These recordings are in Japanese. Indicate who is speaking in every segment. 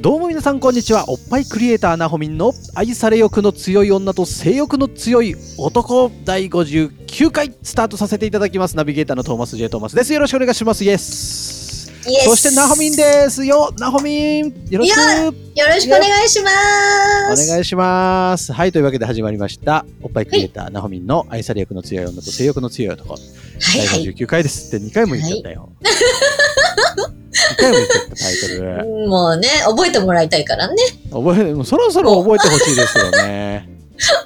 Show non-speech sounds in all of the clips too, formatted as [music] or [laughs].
Speaker 1: どうも皆さんこんにちはおっぱいクリエイターなほみんの愛され欲の強い女と性欲の強い男第59回スタートさせていただきますナビゲーターのトーマス J トーマスですよろしくお願いしますイエス
Speaker 2: イエス
Speaker 1: そしてなほみんですよなほみんよろしく
Speaker 2: よろしくお願いします。
Speaker 1: お願いしますはいというわけで始まりましたおっぱいクリエイターなほみんの愛され欲の強い女と性欲の強い男
Speaker 2: はいは
Speaker 1: 第
Speaker 2: い。
Speaker 1: 59回ですって2回も言っちゃったよ、2回も言っちゃったタイトル
Speaker 2: もうね、覚えてもらいたいからね。
Speaker 1: 覚えもうそろそろ覚えてほしいですよね。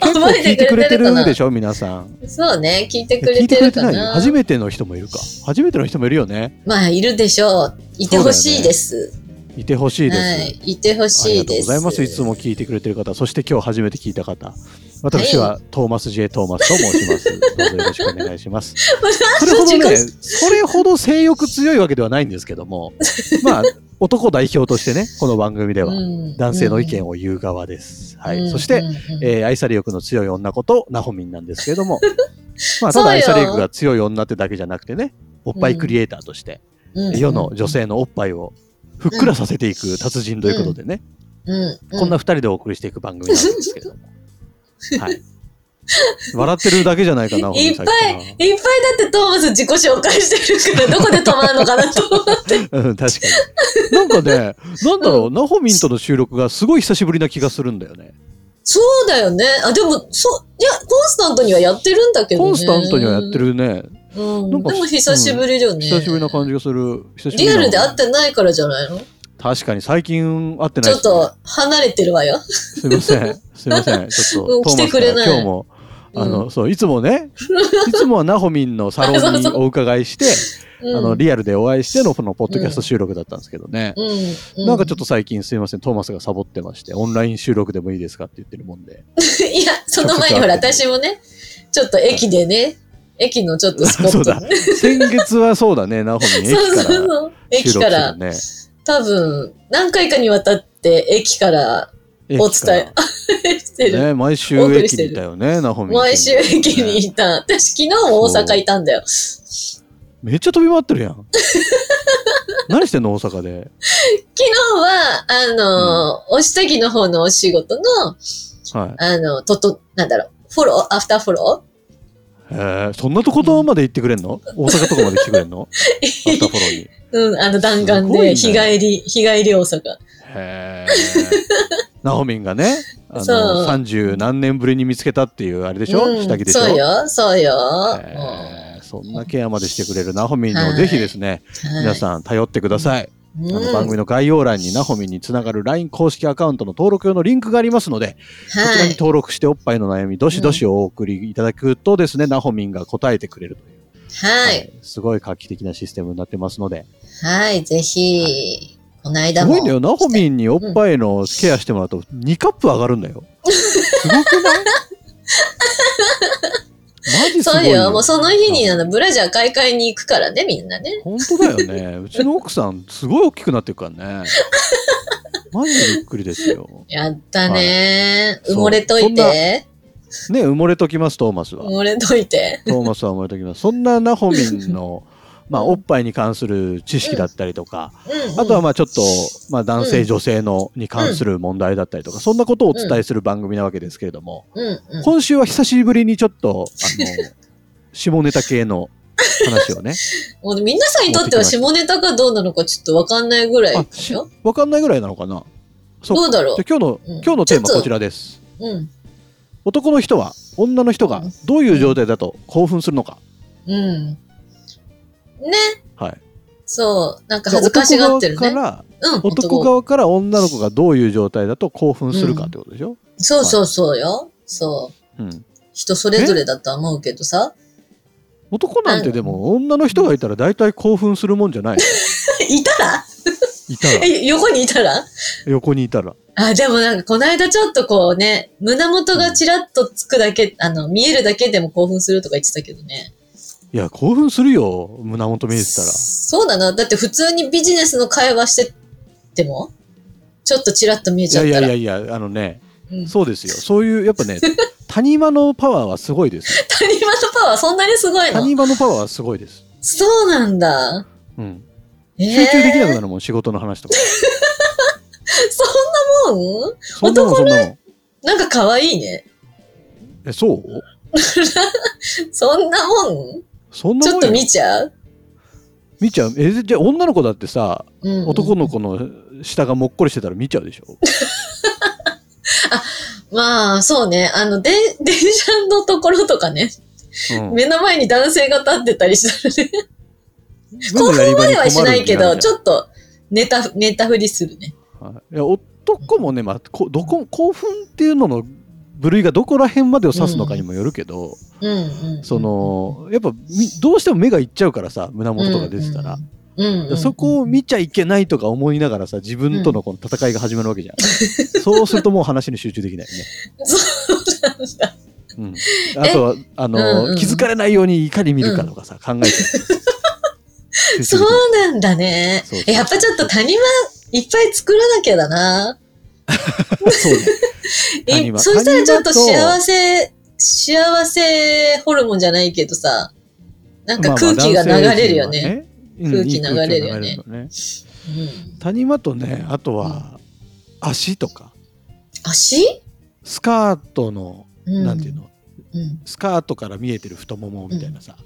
Speaker 1: 結構
Speaker 2: 覚え
Speaker 1: 聞いて
Speaker 2: て
Speaker 1: く
Speaker 2: く
Speaker 1: れて
Speaker 2: れて
Speaker 1: る
Speaker 2: るかなん
Speaker 1: でしょ皆さん。
Speaker 2: そうね、聞いて
Speaker 1: 聞
Speaker 2: くれ
Speaker 1: いて
Speaker 2: て
Speaker 1: くれ
Speaker 2: る
Speaker 1: て
Speaker 2: か
Speaker 1: ない
Speaker 2: な。
Speaker 1: 初めての人もいるか。初めての人もいるよね。
Speaker 2: まあ、いるでしょう。いてほしいです。
Speaker 1: いてほしいです。
Speaker 2: はい。いてほ
Speaker 1: あり
Speaker 2: し
Speaker 1: が
Speaker 2: い
Speaker 1: とう
Speaker 2: で
Speaker 1: ご
Speaker 2: す。
Speaker 1: ざいます。いつも聞いてくれてる方、そして今日初めて聞いた方。私はトーマス J トーマスと申します。どうぞよろしくお願いし [laughs] ます。それほどね、それほど性欲強いわけではないんですけど [laughs] も、まあ、男代表としてね、この番組では
Speaker 2: うん
Speaker 1: 男性の意見を言う側です。は
Speaker 2: う
Speaker 1: い。
Speaker 2: ん
Speaker 1: そして
Speaker 2: う、んうん
Speaker 1: えー愛され欲の強い女ことナホミンなんですけれど
Speaker 2: [laughs]
Speaker 1: もまあた
Speaker 2: そう
Speaker 1: だ
Speaker 2: よ
Speaker 1: 愛され欲が強い女ってだけじゃなくてねおっぱいクリエイターとして、
Speaker 2: うん
Speaker 1: 世の女。性のおっぱいをふっくらさせていく達人ということでね、
Speaker 2: うん。う
Speaker 1: こんな2人でお送りしていく番組なんですけ
Speaker 2: [laughs]
Speaker 1: れども、はい、笑ってるだけじゃないかなナホミ
Speaker 2: い
Speaker 1: ン
Speaker 2: っぱ
Speaker 1: さ
Speaker 2: い
Speaker 1: っきから、
Speaker 2: いっぱいだってトーマス自己紹介してるから、どこで止まるのかな
Speaker 1: [laughs]
Speaker 2: と思って。
Speaker 1: うん、確かになんかねなんだろう、ナホミンとの収録がすごい久しぶりな気がするんだよね
Speaker 2: そうだよね。あ、でも、そう、いや、コンスタントにはやってるんだけどね。
Speaker 1: コンスタントにはやって。るね
Speaker 2: うん。
Speaker 1: な
Speaker 2: で
Speaker 1: んか
Speaker 2: も久しぶりだよね。
Speaker 1: 久しぶりな感じがする久しぶり
Speaker 2: リ
Speaker 1: な
Speaker 2: アルで会ってないからじゃないの
Speaker 1: 確かに最近会ってな
Speaker 2: ち
Speaker 1: いで
Speaker 2: ょ
Speaker 1: すね、
Speaker 2: っと離れてるわよ。
Speaker 1: すいません。すいま
Speaker 2: [laughs]
Speaker 1: せん。ちょっと、
Speaker 2: うん
Speaker 1: トーマス
Speaker 2: 来てくれない
Speaker 1: から今日も、あの、そう、いつもね、
Speaker 2: [laughs]
Speaker 1: いつもはナホミンのサロンにお伺いして、
Speaker 2: うん、
Speaker 1: あの、リアルでお会いしてのこのポッドキャスト収録だったんですけどね。
Speaker 2: うん、う
Speaker 1: なんかちょっと最近すいません、トーマスがサボってまして、オンライン収録でもいいですかって言ってるもんで。
Speaker 2: と。 [laughs] いや、その前にほら、
Speaker 1: ちょっと
Speaker 2: 私もね、ちょっと駅でね、駅のちょっとスポ
Speaker 1: そう
Speaker 2: ット
Speaker 1: だ
Speaker 2: に。。
Speaker 1: 先月はそうだね、ナホミン駅
Speaker 2: そう
Speaker 1: か
Speaker 2: そう
Speaker 1: ら
Speaker 2: そう。駅
Speaker 1: 収
Speaker 2: か
Speaker 1: 録
Speaker 2: ら
Speaker 1: し、てね。
Speaker 2: 多分、何回かにわたって駅からお
Speaker 1: 駅から
Speaker 2: 伝えしてる。
Speaker 1: ね、毎週
Speaker 2: お送り
Speaker 1: 駅
Speaker 2: して
Speaker 1: に
Speaker 2: る
Speaker 1: いたよね、ナホミン。
Speaker 2: 毎週駅にいた。私、昨日も大阪いたんだよ。
Speaker 1: めっちゃ飛び回ってるや
Speaker 2: [laughs]
Speaker 1: ん。何してんの大阪で。
Speaker 2: 昨日は、あの、お下着の方のお仕事の、
Speaker 1: はい。
Speaker 2: あの、とと、なんだろう、フォロー、アフターフ
Speaker 1: [laughs]
Speaker 2: ォロ
Speaker 1: へーそんなとことまで行ってくれんの大阪とかまで来てくれん
Speaker 2: [laughs]
Speaker 1: のアフターフォローに。
Speaker 2: ーうん、あの弾
Speaker 1: す
Speaker 2: 丸
Speaker 1: ごいね
Speaker 2: で、日帰り、日帰り大阪。
Speaker 1: へーナホミンがね、あの、
Speaker 2: そう
Speaker 1: 30何年ぶりに見つけたっていう、あれでしょ、
Speaker 2: うん
Speaker 1: 下着でしょ
Speaker 2: そうよ、そうよ。
Speaker 1: へーそんなケアまでしてくれるナホミン
Speaker 2: は
Speaker 1: を
Speaker 2: い
Speaker 1: ぜひですね、皆
Speaker 2: ん、
Speaker 1: さん頼ってください。
Speaker 2: う
Speaker 1: あの番組の概要欄にナホミンにつながる LINE 公式アカウントの登録用のリンクがありますので、こちら
Speaker 2: は
Speaker 1: に
Speaker 2: い。
Speaker 1: 登録しておっぱいの悩み、どしどしお送りいただくとですね、ナホミンが答えてくれるという、
Speaker 2: はい。
Speaker 1: すごい画期的なシステムになってますので、
Speaker 2: はい、ぜひ、この間
Speaker 1: す
Speaker 2: も。
Speaker 1: ごいんだよ。ナホミンにおっぱいのケアしてもらうと2カップ上がるんだよ。すごくない
Speaker 2: [laughs]
Speaker 1: マジすご
Speaker 2: そう
Speaker 1: いよ。
Speaker 2: よ、もうその日にあのブラジャー買い替えに行くからね、みんなね。
Speaker 1: 本当だよね。うちの奥さん、すごい大きくなってるからね。マジでびっくりですよ。
Speaker 2: やったね、
Speaker 1: はい
Speaker 2: 埋もれといて。
Speaker 1: ね、埋もれときます、トーマス
Speaker 2: 埋
Speaker 1: は。
Speaker 2: もれといて。
Speaker 1: トーマスは埋もれときます。そんなナホミンの、まあ、おっぱいに関する知識だったりとか、
Speaker 2: うん、
Speaker 1: あとは
Speaker 2: ま
Speaker 1: まあちょっと、まあ、男
Speaker 2: う
Speaker 1: 性、
Speaker 2: ん
Speaker 1: 女性のに関する問題だったりとか、そんなことをお伝えする番組なわけですけれども、
Speaker 2: うんうん、
Speaker 1: 今週は久しぶりにちょっと、
Speaker 2: [laughs]
Speaker 1: あの、下ネタ系の話をね。
Speaker 2: もう皆さんにとっては下ネタかどうなのかちょっとわかんないぐら
Speaker 1: あ
Speaker 2: い、
Speaker 1: し
Speaker 2: よ。
Speaker 1: わかんないぐらいなのかなそう
Speaker 2: どうだろ
Speaker 1: じゃあ今日の、
Speaker 2: うん
Speaker 1: 今日のテーマ
Speaker 2: ちょっと
Speaker 1: こちらです。
Speaker 2: う。うん。
Speaker 1: 男の人は、女の人が
Speaker 2: うん、
Speaker 1: どういう状態だと興奮するのか。
Speaker 2: うん。ね、
Speaker 1: はい。
Speaker 2: そう。なんか恥ずかしがってる
Speaker 1: 男
Speaker 2: ね。
Speaker 1: 側から、
Speaker 2: うん、
Speaker 1: 男側から女の子がどういう状態だと興奮するかってことでしょ
Speaker 2: そうそうそうよ。そう。
Speaker 1: うん。
Speaker 2: 人それぞれだとは思うけどさ。 [laughs]
Speaker 1: 男なんてでも、女の人がいたら大体興奮するもんじゃない。
Speaker 2: いたら [laughs]
Speaker 1: いいたら、
Speaker 2: え、横にいたら
Speaker 1: 横にいたら。
Speaker 2: あ、でもなんかこの間ちょっとこうね、胸元がちらっとつくだけ、あの、見えるだけでも興奮するとか言ってたけどね。
Speaker 1: いや、興奮するよ、胸元見えてたら。
Speaker 2: そうだな。だって普通にビジネスの会話してても、ちょっとちらっと見え
Speaker 1: い
Speaker 2: ちゃ
Speaker 1: や
Speaker 2: っ
Speaker 1: い
Speaker 2: たら。
Speaker 1: やいやいや、あのね、
Speaker 2: うん
Speaker 1: そうですよ。そういう、やっぱ
Speaker 2: [laughs]
Speaker 1: ね、谷間のパワーはすごいですよ。
Speaker 2: 谷間のパワーそんなにすごいの
Speaker 1: 谷間のパワーはすごいです。
Speaker 2: そうなんだ。
Speaker 1: うん。
Speaker 2: え
Speaker 1: 集中できなく
Speaker 2: ー、
Speaker 1: なるもん、仕事の話とか。
Speaker 2: [laughs] そんなもん
Speaker 1: そんなもん、そんなもん。
Speaker 2: なんか可愛いね。
Speaker 1: え、そう
Speaker 2: そんなもん
Speaker 1: そん
Speaker 2: ち
Speaker 1: な
Speaker 2: ょ
Speaker 1: も
Speaker 2: っ
Speaker 1: んよ
Speaker 2: と見ちゃう、
Speaker 1: 見ちゃう。え、じゃあ女の子だってさ、
Speaker 2: うん、
Speaker 1: 男の子の下がもっこりしてたら見ちゃうでしょ。
Speaker 2: まあ、そうね。あの、で、 [laughs] 電車のところとかね、
Speaker 1: うん。
Speaker 2: 目の前に男性が立ってたりし
Speaker 1: [laughs]
Speaker 2: たらね、
Speaker 1: 興
Speaker 2: 興奮まではしないけど、ちょっと寝た、寝たふりするね。
Speaker 1: はいいや男もね、まあ、こどこ興奮っていうのの部類がどこら辺までを指すのかにもよるけど、
Speaker 2: うんうん。
Speaker 1: そ、のやっぱみどうしても目がいっちゃうからさ胸元とか出てたら、。
Speaker 2: うんうん、うん。
Speaker 1: そこを見ちゃいけないとか思いながらさ自分とのこの戦いが始まるわけじゃん、そうするともう話に集中できないよね。
Speaker 2: [laughs] そうなんだ。
Speaker 1: うん、あとはあの、
Speaker 2: うんうん
Speaker 1: 気づかれないようにいかに見るかとかさ、考えて集
Speaker 2: そ
Speaker 1: 中できないう
Speaker 2: なんだね
Speaker 1: そうそう。そう
Speaker 2: えやっぱちょっと谷間いっぱい作らなきゃだな。
Speaker 1: そうね谷
Speaker 2: え、
Speaker 1: 間
Speaker 2: そしたらちょっと
Speaker 1: 谷間
Speaker 2: 幸せ、幸せホルモンじゃないけどさ、なんか
Speaker 1: まあまあ
Speaker 2: 空気が流れるよね。
Speaker 1: 男性陣は
Speaker 2: 空気流れるよね
Speaker 1: うんいい空気が流の谷間とねあとは足とか
Speaker 2: うん、足、
Speaker 1: スカートの、
Speaker 2: うん、
Speaker 1: なんていうの
Speaker 2: うん
Speaker 1: スカートから見えてる太ももみたいなさ、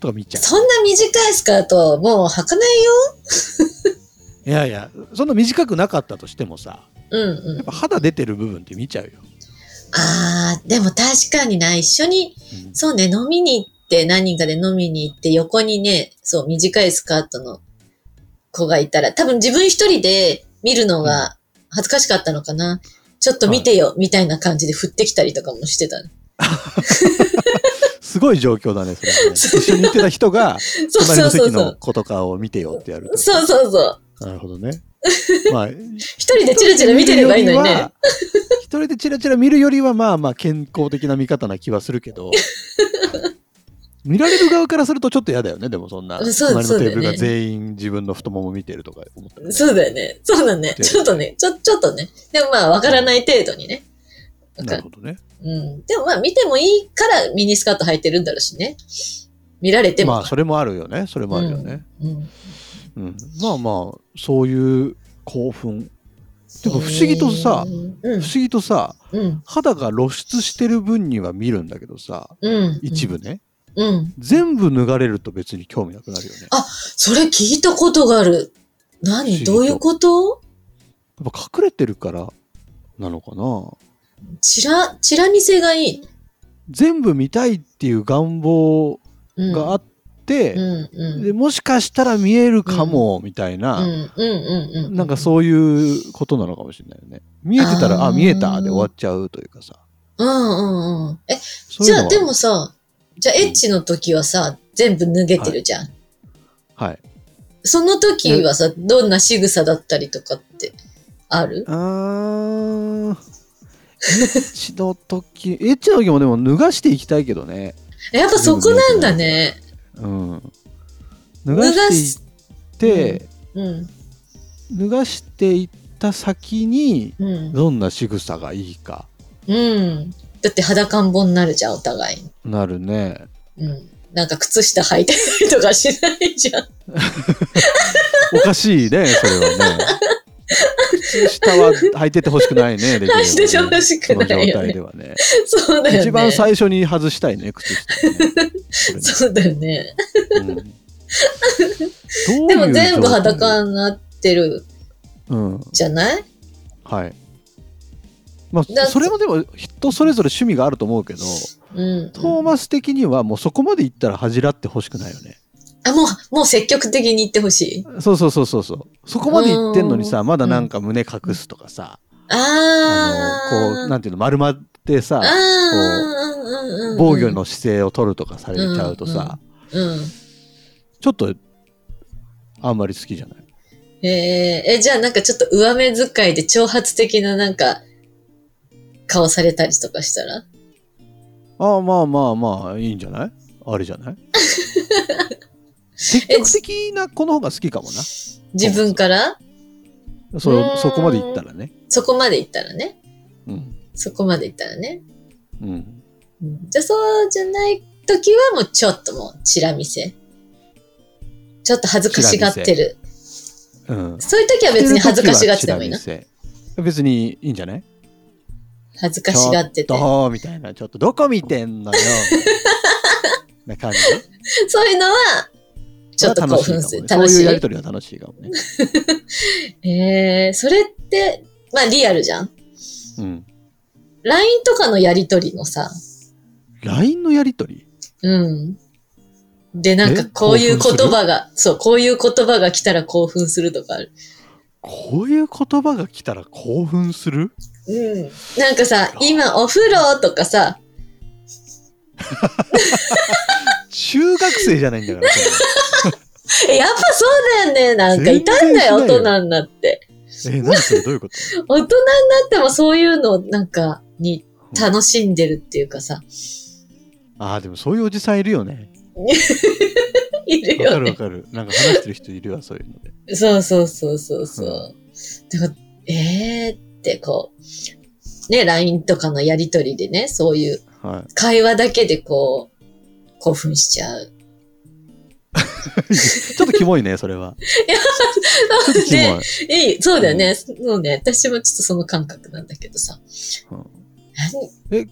Speaker 1: とか見ちゃ
Speaker 2: そんな短いスカート、もう履かないよ。
Speaker 1: ういやいやそんな短くなかったとしてもさ
Speaker 2: うんう
Speaker 1: やっ
Speaker 2: ん。
Speaker 1: ぱ肌出てる部分って見ちゃうよ、
Speaker 2: あー、でも確かにな、一緒に、
Speaker 1: うん
Speaker 2: そうね、飲みに行って、何人かで飲みに行って、横にね、そう、短いスカートの子がいたら、多分自分一人で見るのが恥ずかしかったのかな。ちょっと見てよ、みたいな感じで振ってきたりとかもしてたね。
Speaker 1: すごい状況だねそれはね一緒に行ってた人が
Speaker 2: そう
Speaker 1: 隣
Speaker 2: そ
Speaker 1: の
Speaker 2: うそう
Speaker 1: 席
Speaker 2: そ
Speaker 1: の
Speaker 2: う。
Speaker 1: 子とかを見てよってやると
Speaker 2: そうそうそう。
Speaker 1: なるほどねまあ
Speaker 2: 一人で [laughs] チラチラ見てればいいのに
Speaker 1: 一人で見るより
Speaker 2: ね
Speaker 1: は。一人でチラチラ見るよりはまあまあ健康的な見方な気はするけ
Speaker 2: [laughs]
Speaker 1: ど見られる側からするとちょっと嫌だよねでもそんな
Speaker 2: うんそう
Speaker 1: 隣のテーブル
Speaker 2: そうだ
Speaker 1: が
Speaker 2: よね
Speaker 1: 全員自分の太もも見てるとか思ったらね
Speaker 2: そうだよね。そうだね。
Speaker 1: で
Speaker 2: ちょっとね、ちょ、ちょっとね。でもまあ、わからない程度にね。わか
Speaker 1: なる
Speaker 2: る
Speaker 1: ほどね
Speaker 2: うん。でもまあ、見てもいいからミニスカート履いてるんだろうしね。見られても。
Speaker 1: まあそれもあるよねそれもあるよね、
Speaker 2: うん。
Speaker 1: うんまあまあそういう興奮でも不思議とさ
Speaker 2: うん。
Speaker 1: 不
Speaker 2: うん
Speaker 1: 思。議とさ
Speaker 2: うん。
Speaker 1: 肌が露出してる分には見るんだけどさ
Speaker 2: うん。
Speaker 1: 一部ね、
Speaker 2: うん。
Speaker 1: 全部脱がれると別に興味なくなるよね
Speaker 2: あそれ聞いたことがある。
Speaker 1: 不思
Speaker 2: 何
Speaker 1: 議と
Speaker 2: どういうこと
Speaker 1: やっぱ隠れてるからなのかな
Speaker 2: チラ、チラ見せがいい。
Speaker 1: 全部見たいっていう願望
Speaker 2: うん。
Speaker 1: があ
Speaker 2: っ
Speaker 1: って、
Speaker 2: うん。うん。
Speaker 1: でもしかしたら見えるかもみたいな、
Speaker 2: うん。うん。うん。うん。
Speaker 1: なんかそういうことなのかもしれないよね見えてたらあ
Speaker 2: あー
Speaker 1: 見えたで終わっちゃうというかさ
Speaker 2: うん。うん。うん。え、
Speaker 1: そうい
Speaker 2: じ
Speaker 1: うの
Speaker 2: ゃ
Speaker 1: は
Speaker 2: あでもさ、じゃあエッチの時はさ、全部脱げてるじゃん。
Speaker 1: はい
Speaker 2: その時はさ、どんな仕草だったりとかってある
Speaker 1: あー [laughs] エッチの時エッチの時もでも脱がしていきたいけどね
Speaker 2: やっぱそこなんだね。
Speaker 1: うん脱がしていって
Speaker 2: うん。
Speaker 1: 脱がしていった先に
Speaker 2: うん。
Speaker 1: どんな仕草がいいか
Speaker 2: うん。だって裸んぼになるじゃん、お互いに。
Speaker 1: なるね
Speaker 2: うん。なんか靴下履いてたりとかしないじ
Speaker 1: [laughs]
Speaker 2: ゃん。
Speaker 1: おかしいね、 [laughs] それはね。靴下は履いててほしくない
Speaker 2: [laughs]
Speaker 1: ね、できればね
Speaker 2: 履いててほしくない
Speaker 1: この状
Speaker 2: よ
Speaker 1: 態
Speaker 2: ね
Speaker 1: で。はね。
Speaker 2: そうだよね。
Speaker 1: 一番最初に外したいね、靴下はね。
Speaker 2: そうだよね。
Speaker 1: こ
Speaker 2: [laughs]
Speaker 1: れねうん
Speaker 2: で
Speaker 1: どうい
Speaker 2: も
Speaker 1: う
Speaker 2: 全
Speaker 1: 状
Speaker 2: 部
Speaker 1: 態
Speaker 2: 裸になってる
Speaker 1: うん。
Speaker 2: じゃない
Speaker 1: はい。ま
Speaker 2: だ
Speaker 1: あ、それもでも人それぞれ趣味があると思うけど、
Speaker 2: うん。
Speaker 1: トーマス的にはもうそこまで行ったら恥じらってほしくないよね。
Speaker 2: あ、もう、もう積極的に行ってほしい。
Speaker 1: そうそうそうそうそう。そこまで行ってんのにさ、まだなんか胸隠すとかさ、
Speaker 2: あ
Speaker 1: あ
Speaker 2: ー。
Speaker 1: の、こう、なんていうの、丸まってさ、
Speaker 2: あーうんうんうんうん
Speaker 1: 防御。の姿勢を取るとかされちゃうとさ、
Speaker 2: うん。
Speaker 1: ちょっとあんまり好きじゃない
Speaker 2: へえ、え、じゃあなんかちょっと上目遣いで挑発的ななんか、顔されたりとかしたら
Speaker 1: ああまあまあまあいいんじゃないあれじゃ [laughs] ない積極的な子の方が好きかもな
Speaker 2: 自分からうー
Speaker 1: そ
Speaker 2: ん
Speaker 1: そこまでいったらね
Speaker 2: そこまで行ったらね。
Speaker 1: うん
Speaker 2: そこまで行ったらね。
Speaker 1: うん
Speaker 2: うんじゃあそうじゃない時はもうちょっともうチラ見せ。ちょっと恥ずかしがってる。
Speaker 1: うん
Speaker 2: そういう時は別に恥ずかしがっててもいいな。
Speaker 1: してる時はチラ見せ別にいいんじゃない
Speaker 2: 恥ずかしがって
Speaker 1: ち
Speaker 2: て
Speaker 1: ょ。っとみたいなちょっとどこ見て
Speaker 2: [laughs]
Speaker 1: んのよみたいなな感じ
Speaker 2: そういうのは、ちょっと興奮する。
Speaker 1: そ
Speaker 2: 楽
Speaker 1: う
Speaker 2: し
Speaker 1: いう
Speaker 2: い。
Speaker 1: やりとりは楽しいかもね
Speaker 2: えー、それって、まあリアルじゃん。
Speaker 1: うん
Speaker 2: LINE とかのやりとりのさ、
Speaker 1: LINE のやりとり
Speaker 2: うん。で、なんか
Speaker 1: え
Speaker 2: こういう
Speaker 1: 興奮する
Speaker 2: 言葉が、そう、こういう言葉が来たら興奮するとかある。
Speaker 1: こういう言葉が来たら興奮する
Speaker 2: うん。なんかさ、今お風呂とかさ、
Speaker 1: 中学生じゃないんだからそれ
Speaker 2: えやっぱそうだよね。なんかいたんだよ、
Speaker 1: 全然しな
Speaker 2: 大人になって。 [laughs]
Speaker 1: え、何それどういうこと
Speaker 2: 大人になってもそういうの、なんか、に楽しんでるっていうかさ、 [laughs]
Speaker 1: ああ、でもそういうおじさんいるよね。
Speaker 2: いる
Speaker 1: わか
Speaker 2: よ
Speaker 1: るわ
Speaker 2: ね。
Speaker 1: かる。なんか話してる人いるわ、そういうので。
Speaker 2: そうそうそうそうそう。だから、えーってこう、ね、LINE とかのやりとりでね、そういう
Speaker 1: は
Speaker 2: 会話だけでこう、興奮しちゃう。
Speaker 1: い。 [laughs] ちょっとキモいね、それは。ちょっとキモい。
Speaker 2: ね、いい、そうだよね。そうね。私もちょっとその感覚なんだけどさ。
Speaker 1: うん
Speaker 2: 何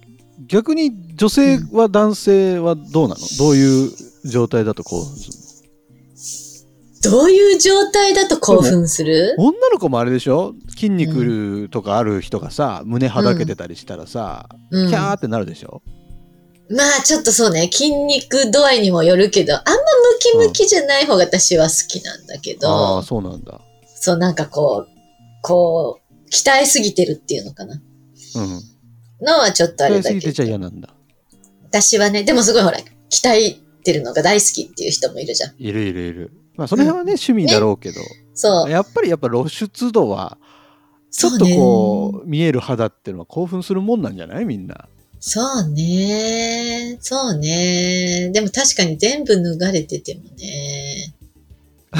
Speaker 1: 逆に女性は男性はどうなのどういう状態だと興奮する
Speaker 2: どういう状態だと興奮する
Speaker 1: の女の子もあれでしょ筋肉とかある人がさ、胸はだけてたりしたらさ、
Speaker 2: うん
Speaker 1: キャーってなるでしょ
Speaker 2: まあちょっとそうね、筋肉度合いにもよるけど、あんまムキムキじゃない方が私は好きなんだけ
Speaker 1: あ
Speaker 2: ど、
Speaker 1: あ、そうなんだ。
Speaker 2: そうなんかこう、こう、鍛えすぎてるっていうのか
Speaker 1: う
Speaker 2: な。
Speaker 1: ん。
Speaker 2: のはちょっとあ
Speaker 1: 使
Speaker 2: れ
Speaker 1: いす
Speaker 2: だ
Speaker 1: ぎ
Speaker 2: け
Speaker 1: てちゃ嫌な
Speaker 2: ど、
Speaker 1: んだ。
Speaker 2: 私はね、でもすごいほら、鍛えてるのが大好きっていう人もいるじゃん。
Speaker 1: いるいるいる。まあ、その辺はね、趣味だろうけど、
Speaker 2: そう。
Speaker 1: やっぱりやっぱ露出度はちょっ
Speaker 2: そう
Speaker 1: と
Speaker 2: ね
Speaker 1: こう見える肌っていうのは興奮するもんなんじゃないみんな。
Speaker 2: そうね。そうね。でも確かに全部脱がれてても
Speaker 1: [laughs]
Speaker 2: ね。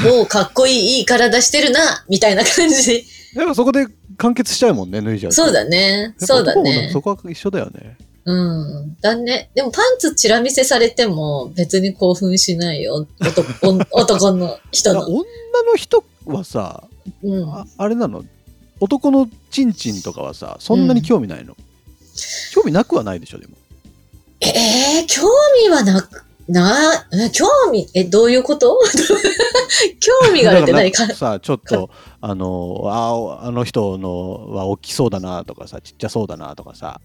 Speaker 2: おう、かっこいい、いい体してるな、みたいな感
Speaker 1: [laughs]
Speaker 2: じ。
Speaker 1: やっぱそこで完結しちゃうもんね脱いじゃうと。
Speaker 2: そう
Speaker 1: やっ
Speaker 2: だね。
Speaker 1: ぱ
Speaker 2: そうだ
Speaker 1: 男もなんか
Speaker 2: ね。
Speaker 1: そこは一緒だよね。
Speaker 2: うん。だね。でもパンツチラ見せされても別に興奮しないよ。男 [laughs] 男の人
Speaker 1: あ
Speaker 2: の。
Speaker 1: 女の人はさ
Speaker 2: うん
Speaker 1: あ、あれなの男のチンチンとかはさそんなに興味ないの、興味なくはないでしょでも。
Speaker 2: ええー興味はなく、な、え興味、え、どういうこと [laughs] 興味があるって
Speaker 1: だ
Speaker 2: 何か
Speaker 1: からなんかさちょっと [laughs] あのあーあの人のは大きそうだなとかさちっちゃそうだなとかさ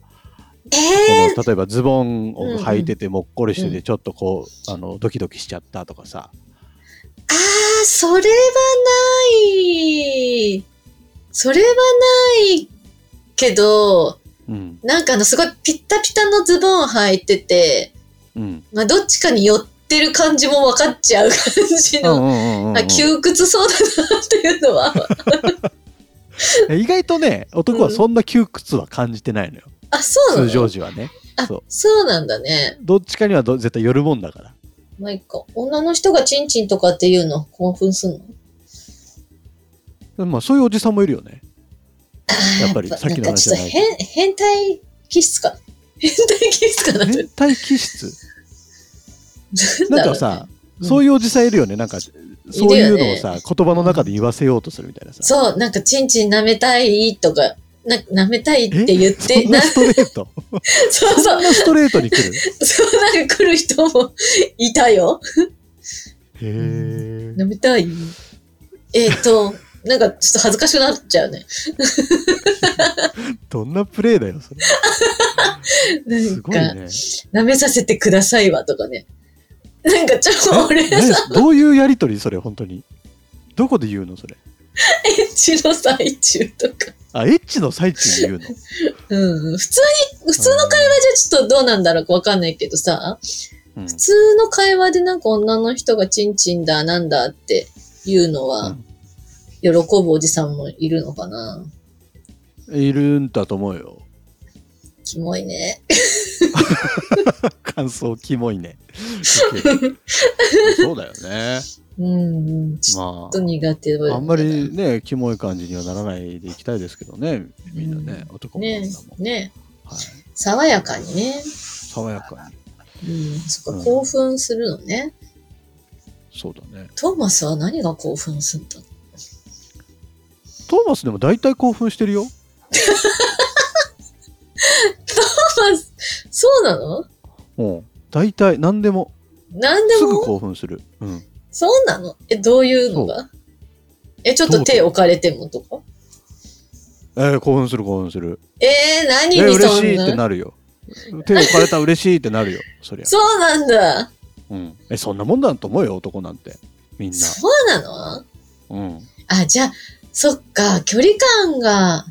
Speaker 2: ええ
Speaker 1: この例えばズボンを履いててもっこりしててちょっとこうあのドキドキしちゃったとかさ。
Speaker 2: ああ、それはない。それはないけど、
Speaker 1: うん
Speaker 2: なんかあの、すごいピッタピタのズボン履いてて、
Speaker 1: うん
Speaker 2: まあ、どっちかに寄ってる感じも分かっちゃう感じの、
Speaker 1: あ
Speaker 2: あ、窮屈そうだなっていうのは。
Speaker 1: [laughs] 意外とね男はそんな窮屈は感じてないのよ、
Speaker 2: あ、そうなの
Speaker 1: 通常時はね
Speaker 2: あ
Speaker 1: そう、
Speaker 2: そうなんだね。
Speaker 1: どっちかにはど絶対寄るもんだから
Speaker 2: まあ、いっか。女の人がチンチンとかっていうの興奮するの
Speaker 1: でもまあそういうおじさんもいるよ
Speaker 2: [laughs]
Speaker 1: ね
Speaker 2: あー
Speaker 1: やっぱりさっきの話じゃない
Speaker 2: んかちょっと変、変態気質か。変態気質かなって
Speaker 1: 変。態気
Speaker 2: [laughs]
Speaker 1: 質
Speaker 2: だろうね
Speaker 1: なんかさ、
Speaker 2: うん
Speaker 1: そういうおじさんいるよねなんかそういうのをさ、
Speaker 2: い
Speaker 1: 言葉の中で言わせようとするみたいなさ
Speaker 2: そう、なんか、チンチン舐めたいとか、な、舐めたいって言っ
Speaker 1: そ [laughs]
Speaker 2: て、
Speaker 1: ん
Speaker 2: な
Speaker 1: な、ストレ
Speaker 2: [laughs]
Speaker 1: ート
Speaker 2: そう
Speaker 1: そ
Speaker 2: そ
Speaker 1: ん
Speaker 2: う、
Speaker 1: なストレートに来る
Speaker 2: そうなんか来る人もいたよ。
Speaker 1: へえ
Speaker 2: 舐めたいえっ、と、なんか、ちょっと恥ずかしくなっちゃうね。
Speaker 1: どんなプレーだよそれ
Speaker 2: なん
Speaker 1: す
Speaker 2: か
Speaker 1: ごい、ね
Speaker 2: 舐めさせてくださいわとかね。なんか、ちょっと俺
Speaker 1: え
Speaker 2: さ、
Speaker 1: どういうやりとりそれ本当にどこで言うのそれ
Speaker 2: エッチの最中とか。
Speaker 1: あエッチの最中に言うの
Speaker 2: うん、普通に、 [laughs] 普通の会話じゃちょっとどうなんだろうかわかんないけどさ、
Speaker 1: うん
Speaker 2: 普通の会話でなんか女の人がチンチンだ、なんだっていうのは、
Speaker 1: うん
Speaker 2: 喜ぶおじさんもいるのかな。
Speaker 1: いるんだと思うよ。
Speaker 2: キモいね。
Speaker 1: 感想キモいね。
Speaker 2: [laughs]
Speaker 1: そうだよね。
Speaker 2: うん、ちょ
Speaker 1: ま
Speaker 2: っと苦手
Speaker 1: あ、あんまりね、キモい感じにはならないでいきたいですけどね、みんなね、男も女
Speaker 2: ね
Speaker 1: も。
Speaker 2: ね
Speaker 1: はい、
Speaker 2: 爽やかにね。
Speaker 1: 爽やかに。
Speaker 2: うん、そっ
Speaker 1: うん
Speaker 2: か、興奮するのね。
Speaker 1: そうだね。
Speaker 2: トーマスは何が興奮するんだ
Speaker 1: トーマスでも大体興奮してるよ。
Speaker 2: そうなの
Speaker 1: うん。大体、何でも。
Speaker 2: 何です
Speaker 1: ぐ
Speaker 2: も
Speaker 1: 興奮する。うん。
Speaker 2: そうなのえ、どういうのがえ、ちょっと手置かれてもとか
Speaker 1: えー興奮する、興奮する。
Speaker 2: えー、何
Speaker 1: え
Speaker 2: に
Speaker 1: 嬉
Speaker 2: そ
Speaker 1: しいって
Speaker 2: んな
Speaker 1: なるよ。手を置かれたら嬉しいってなるよ、そりゃ。
Speaker 2: そうなんだ。
Speaker 1: うん。え、そんなもんだと思うよ、男なんて。みんな。
Speaker 2: そうなの
Speaker 1: うん。
Speaker 2: あ、じゃあ、そっか、距離感が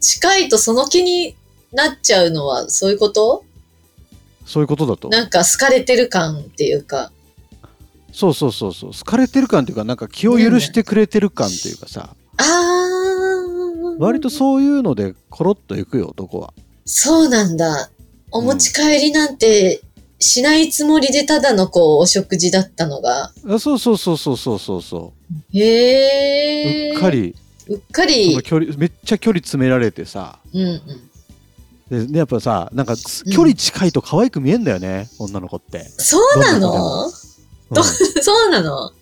Speaker 2: 近いとその気になっちゃうのはそういうこと
Speaker 1: そういうことだと。
Speaker 2: なんか好かれてる感っていうか。
Speaker 1: そうそうそうそう。好かれてる感っていうか、なんか気を許してくれてる感っていうかさ、
Speaker 2: あー。
Speaker 1: 割とそういうのでコロッといくよ、男は。
Speaker 2: そうなんだ。お持ち帰りなんてしないつもりでただのこうお食事だったのが。
Speaker 1: あそうそうそうそうそうそうそ
Speaker 2: へ
Speaker 1: う。
Speaker 2: え。
Speaker 1: うっか。り、
Speaker 2: うっか
Speaker 1: そ
Speaker 2: り
Speaker 1: の。距離、めっちゃ距離詰められてさ、
Speaker 2: うんうん。
Speaker 1: ででやっぱさ、なんかつ
Speaker 2: うん
Speaker 1: 距離近いと可愛く見えんだよね、女の子って。
Speaker 2: そう
Speaker 1: ど
Speaker 2: な
Speaker 1: んな
Speaker 2: の
Speaker 1: うん
Speaker 2: [laughs] そうなの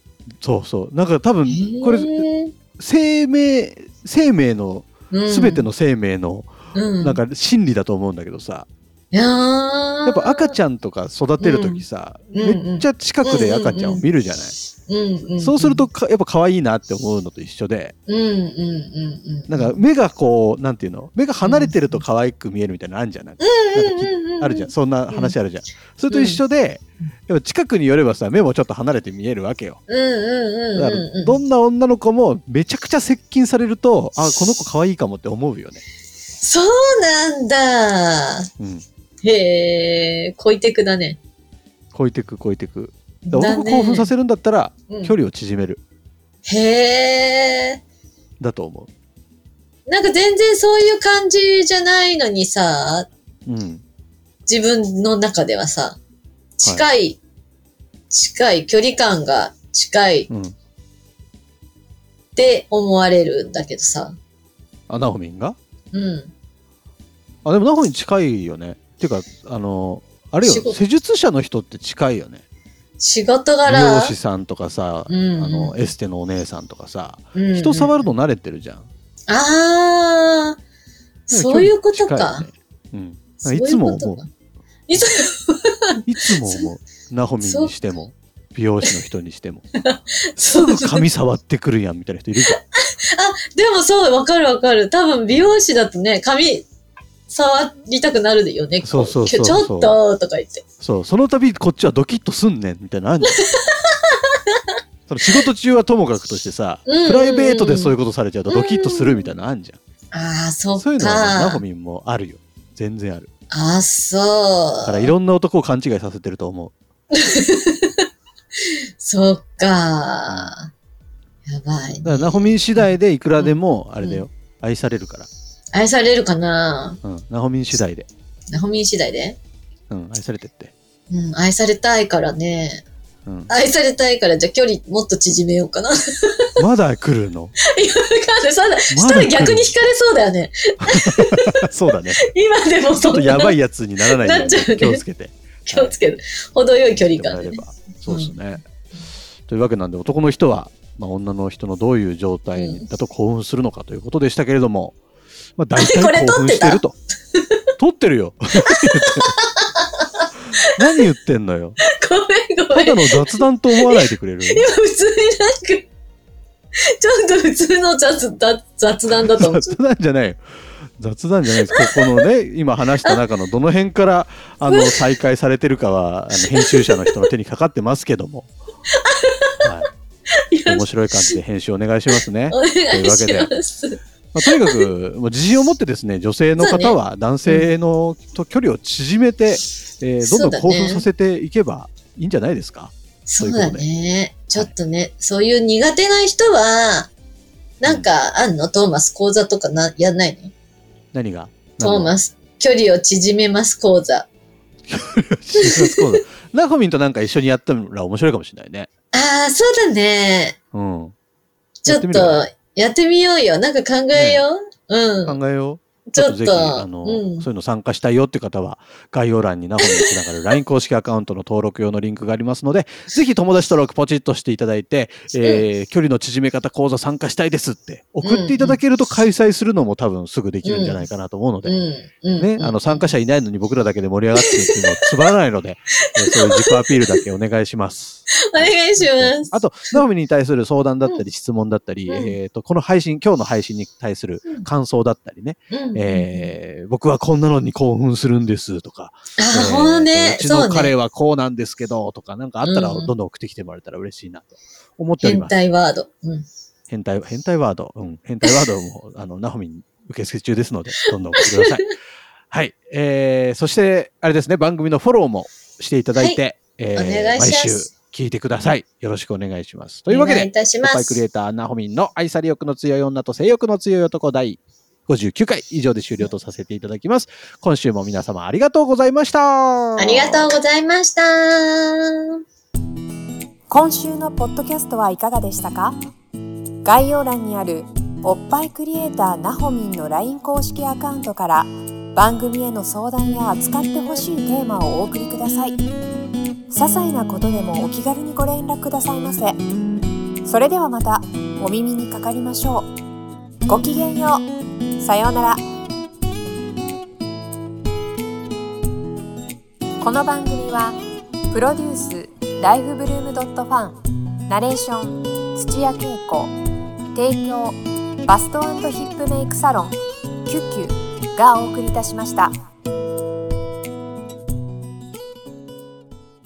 Speaker 1: そうそう。なんか多分、これ、
Speaker 2: へー
Speaker 1: 生命、生命の、
Speaker 2: うん
Speaker 1: すべての生命の、
Speaker 2: うん
Speaker 1: なんか心理だと思うんだけどさ、
Speaker 2: や
Speaker 1: やっぱ赤
Speaker 2: ゃ
Speaker 1: ちゃんとか育てるときさ、
Speaker 2: うんうんうん
Speaker 1: めっちゃ近くで赤ちゃんを見るじゃない。
Speaker 2: ん、うんうん、
Speaker 1: そうするとかやっぱ可愛いなって思うのと一緒で
Speaker 2: うんうんうんうん
Speaker 1: なんか目がこうなんていうの目が離れてると可愛く見えるみたいなのあるじゃんない
Speaker 2: うんうんうんうん
Speaker 1: あるじゃんそんな話あるじゃんそれと一緒でやっぱ近くに寄ればさ目もちょっと離れて見えるわけよ
Speaker 2: うんうん
Speaker 1: だか
Speaker 2: うんうんう
Speaker 1: ら
Speaker 2: ん
Speaker 1: どんな女の子もめちゃくちゃ接近されるとあこの子可愛いかもって思うよね
Speaker 2: そうなんだ
Speaker 1: うん
Speaker 2: へえ恋テクだね
Speaker 1: 超えてく超えてくだから
Speaker 2: だ
Speaker 1: 男興奮さ
Speaker 2: せ
Speaker 1: せるんだったら
Speaker 2: うん
Speaker 1: 距離を縮める
Speaker 2: へえ
Speaker 1: だと思
Speaker 2: なんか全然そういう感じじゃないのにさ
Speaker 1: ううん
Speaker 2: 自分の中ではさ近い、近い距離感が近いっ
Speaker 1: うん
Speaker 2: て思われるんだけどさ
Speaker 1: あナホミンが
Speaker 2: うん
Speaker 1: あでもナホミン近いよねっていうかあのあれよ
Speaker 2: 仕事
Speaker 1: 施術者の人って近いよね
Speaker 2: 仕事
Speaker 1: 美
Speaker 2: 柄
Speaker 1: 容師さんとかさ、
Speaker 2: うんうん
Speaker 1: あのエステのお姉さんとかさ、
Speaker 2: うんうん
Speaker 1: 人触るの慣れてるじゃん。
Speaker 2: ああ、そういうことか。
Speaker 1: 近いよね
Speaker 2: そう
Speaker 1: いつも
Speaker 2: うことか
Speaker 1: 思
Speaker 2: いつ
Speaker 1: うん、いつも思う。ナホミンにして
Speaker 2: [laughs]
Speaker 1: も、美容師の人にしても、
Speaker 2: そう
Speaker 1: すぐ髪触ってくるやんみたいな人いるじゃん。
Speaker 2: [laughs] でもそう、わかるわかる。多分美容師だとね、髪触りたくなるよね。こ
Speaker 1: そうそうそう
Speaker 2: ちょっととか言って。
Speaker 1: そう、その度こっちはドキッとすんねんみたいなのあ
Speaker 2: [laughs]
Speaker 1: んじゃんその仕事中はともかくとしてさ、
Speaker 2: うんうんうん
Speaker 1: プライベートでそういうことされちゃうとドキッとするみたいなのあんじゃん。
Speaker 2: ああ、そっか。
Speaker 1: そういうのはね、ナホミンもあるよ。全然ある。
Speaker 2: あ
Speaker 1: だ
Speaker 2: あ、
Speaker 1: から
Speaker 2: そ。
Speaker 1: いうろんな男を勘違いさせてると思う。
Speaker 2: そっか。やばい、
Speaker 1: だから
Speaker 2: ね。
Speaker 1: ナホミン次第でいくらでもあれだよ、愛されるから、
Speaker 2: 愛されるかな
Speaker 1: うん、ナホミン次第で、
Speaker 2: ナホミン次第で。
Speaker 1: うん、愛されてって、
Speaker 2: うん、愛されたいからね。 [laughs]
Speaker 1: うん、
Speaker 2: 愛されたいから、じゃあ距離もっと縮めようかな。わか
Speaker 1: まだ来るの [laughs]
Speaker 2: んないそうだしたら逆に惹かれそうだよね。
Speaker 1: そうだね
Speaker 2: 今でも
Speaker 1: ち
Speaker 2: そ
Speaker 1: ょ
Speaker 2: ん
Speaker 1: っ
Speaker 2: な
Speaker 1: とやばいやつにならないよう
Speaker 2: なっ
Speaker 1: に
Speaker 2: ちゃうね
Speaker 1: 気をつけて
Speaker 2: 気をつけて、程よい距離
Speaker 1: やっ
Speaker 2: 感
Speaker 1: て
Speaker 2: で
Speaker 1: もらえれ
Speaker 2: ね。
Speaker 1: ばそうですね、というわけなんで男の人は、まあ、女の人のどういう状態だと興奮するのかということでしたけれども、まあ、大体
Speaker 2: これ
Speaker 1: 興奮してる
Speaker 2: [laughs]
Speaker 1: と撮ってるよ何言ってんのよ
Speaker 2: ごめんごめ
Speaker 1: た
Speaker 2: ん。今
Speaker 1: だの雑談と思わないでくれる
Speaker 2: 普通になんか、ちょっと普通の雑雑雑談だと思っちゃっ
Speaker 1: 雑談じゃないよ雑談じゃないですここのね今話した中のどの辺からあの再開されてるかはあの編集者の人の手にかかってますけども、はい、面白い感じで編集お願いしますね、
Speaker 2: た。お願いします。
Speaker 1: まあ、とにかくもう自信を持ってですね女性の方は男性のと距離を縮めて、えーどんどん興奮させていけばいいんじゃないですか
Speaker 2: そうだね。ちょっとね、そういう苦手な人は、なんかあんのトーマス講座とかな、やんないの
Speaker 1: 何が
Speaker 2: トーマス、距離を縮めます講座。
Speaker 1: [laughs] そうだ。ナホミンとなんか一緒にやったら面白いかもしれないね。
Speaker 2: ああ、そうだね。
Speaker 1: うん。
Speaker 2: ちょっと
Speaker 1: や
Speaker 2: やってみようよ。なんか考えよう。うん。
Speaker 1: 考えよう。
Speaker 2: ちょっ
Speaker 1: ぜ
Speaker 2: と、
Speaker 1: ひ、あの、
Speaker 2: うん。
Speaker 1: そういうの参加したいよっていう方は、概要欄にナホミンにつながる LINE 公式アカウントの登録用のリンクがあります
Speaker 2: [laughs]
Speaker 1: ので、ぜひ友達登録ポチッとしていただいて、えー、距離の縮め方講座参加したいですって送っていただけると開催するのも多分すぐできるんじゃないかなと思うので、
Speaker 2: うん。うん。
Speaker 1: ね、あの、参加者いないのに僕らだけで盛り上がってるっていうのはつまらない
Speaker 2: [laughs]
Speaker 1: ので、えーそういう自己アピールだけお願いします。
Speaker 2: お願いします。
Speaker 1: あと、ナオミに対する相談だったり質問だったり、
Speaker 2: うん
Speaker 1: えっ、と、この配信、今日の配信に対する
Speaker 2: うん
Speaker 1: 感想だったりね、
Speaker 2: うん
Speaker 1: えー僕はこんなのに興奮するんですとか、
Speaker 2: あ、
Speaker 1: えー
Speaker 2: ほんとね。
Speaker 1: うちの
Speaker 2: そう
Speaker 1: 彼
Speaker 2: ね。
Speaker 1: はこうなんですけどとか、なんかあったら
Speaker 2: うん
Speaker 1: どんどん送ってきてもらえたら嬉しいなと思っており
Speaker 2: 変
Speaker 1: ます。
Speaker 2: 態ワード。うん。
Speaker 1: 変態、変態ワード、うん、変態ワードも、 [laughs] あの、ナホミン受付中ですので、どんどん送って
Speaker 2: [laughs]
Speaker 1: ください。はい。えー、そして、あれですね、番組のフォローもしていただいて、えー
Speaker 2: お願いし
Speaker 1: 毎
Speaker 2: ます
Speaker 1: 週聞いてください。よろしくお願いします。というわけ
Speaker 2: お願
Speaker 1: で
Speaker 2: いい、たし
Speaker 1: お
Speaker 2: ま
Speaker 1: っぱいクリエイ
Speaker 2: す。
Speaker 1: ターナホミンの愛され欲の強い女と性欲の強い男第59回以上で終了とさせていただきます。今週も皆様ありがとうございました。
Speaker 2: ありがとうございました。
Speaker 3: 今週のポッドキャストはいかがでしたか概要欄にあるおっぱいクリエイターなほみんの LINE 公式アカウントから番組への相談や扱ってほしいテーマをお送りください些細なことでもお気軽にご連絡くださいませそれではまたお耳にかかりましょうごきげんようさようならこの番組は「プロデュースライフブルームドットファンナレーション土屋恵子提供バストヒップメイクサロン「キュッキュ」がお送りいたしました。